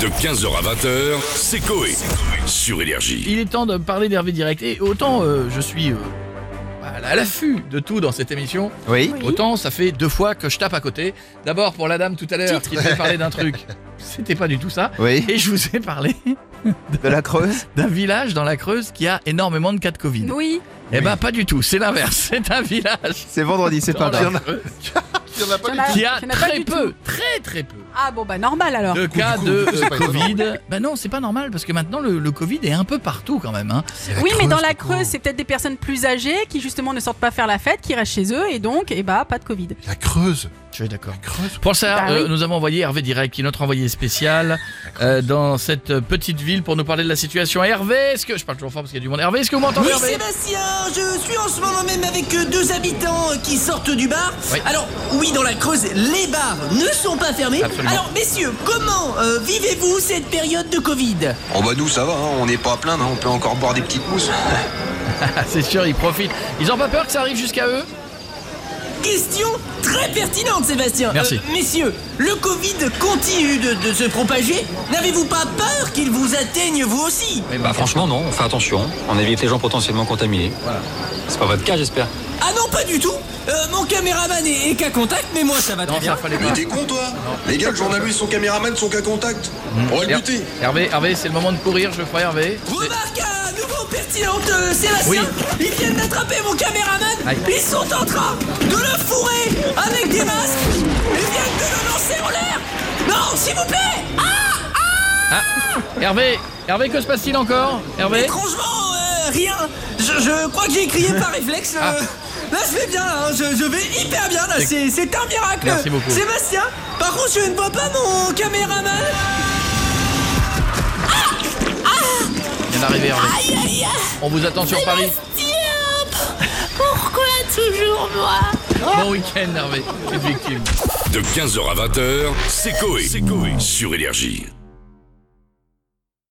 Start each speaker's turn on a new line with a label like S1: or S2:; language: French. S1: De 15h à 20h, c'est Coé. Sur Énergie.
S2: Il est temps de parler d'Hervé Direct. Et autant euh, je suis euh, à l'affût de tout dans cette émission,
S3: Oui.
S2: autant ça fait deux fois que je tape à côté. D'abord pour la dame tout à l'heure qui me fait parler d'un truc. C'était pas du tout ça.
S3: Oui.
S2: Et je vous ai parlé
S3: De la Creuse
S2: d'un village dans la Creuse qui a énormément de cas de Covid.
S4: Oui,
S2: Eh ben pas du tout, c'est l'inverse. C'est un village
S3: C'est vendredi, c'est pas
S2: dans la
S3: grave.
S2: Creuse
S4: il y en a-
S2: qui a
S4: il y en a Bah, pas
S2: très
S4: du
S2: peu,
S4: tout.
S2: très très peu
S4: Ah bon, bah normal alors.
S2: de cas
S5: coup,
S2: de
S5: du coup, c'est
S2: euh,
S5: pas
S2: Covid. Ben non, c'est pas normal parce que maintenant le, le Covid est un peu partout quand même. hein.
S4: Oui, mais dans la Creuse, c'est peut-être des personnes plus âgées qui justement ne sortent pas faire la fête, qui restent chez eux et donc, eh bah, pas de Covid.
S5: La Creuse.
S2: Je suis d'accord.
S5: La Creuse.
S2: Pour ça,
S4: Bah
S2: euh,
S4: oui.
S2: nous avons envoyé Hervé Direct, qui est notre envoyé spécial euh, dans cette petite ville pour nous parler de la situation. Hervé, est-ce que je parle toujours fort parce qu'il y a du monde. Hervé, est-ce que vous m'entendez
S6: Oui
S2: Hervé
S6: Sébastien, je suis en ce moment même avec euh, deux habitants euh, qui sortent du bar.
S2: Oui.
S6: Alors oui, dans la Creuse, les bars ne sont pas fermés.
S2: Absolument.
S6: Alors messieurs, comment euh, vivez-vous cette période de Covid
S7: Oh bah nous ça va, hein, on n'est pas à plaindre, hein, on peut encore boire des petites mousses.
S2: Ah, C'est sûr, ils profitent. Ils ont pas peur que ça arrive jusqu'à eux
S6: Question très pertinente Sébastien. Euh,
S2: Merci.
S6: messieurs, le Covid continue de, de se propager. N'avez-vous pas peur qu'il vous atteigne vous aussi
S8: Bah franchement non, on fait attention, on évite les gens potentiellement contaminés. C'est pas votre cas j'espère.
S6: Ah non, pas du tout. Euh, mon caméraman est, est qu'à contact, mais moi ça va très
S2: Non,
S6: bien.
S2: ça fallait
S7: Mais
S2: pas.
S7: t'es con toi Les gars, le journaliste, son caméraman, son cas contact. On va le
S2: Mm. Her-
S7: buter.
S2: Hervé, Hervé, c'est le moment de courir, je crois, Hervé.
S6: Remarque à nouveau pertinente, euh, Sébastien
S2: Oui.
S6: Ils viennent d'attraper mon caméraman
S2: Aïe.
S6: Ils sont en train de le fourrer avec des masques Ils viennent de le lancer en l'air Non, s'il vous plaît Ah
S2: Hervé, Hervé, que se passe-t-il encore Hervé
S6: Étrangement, euh, rien je, je crois que j'ai crié par réflexe.
S2: Ah.
S6: euh, Là, je vais bien, hein, je, je vais hyper bien, là, c'est c'est un miracle
S2: Merci beaucoup.
S6: Sébastien, par contre, je ne vois pas mon caméraman
S2: Il vient d'arriver, Hervé.
S9: Aïe aïe aïe
S2: On vous attend sur Paris.
S9: Diable Pourquoi toujours moi
S2: Bon week-end, Hervé. Je suis victime.
S1: De 15h à 20h, c'est Coé. Sur Énergie.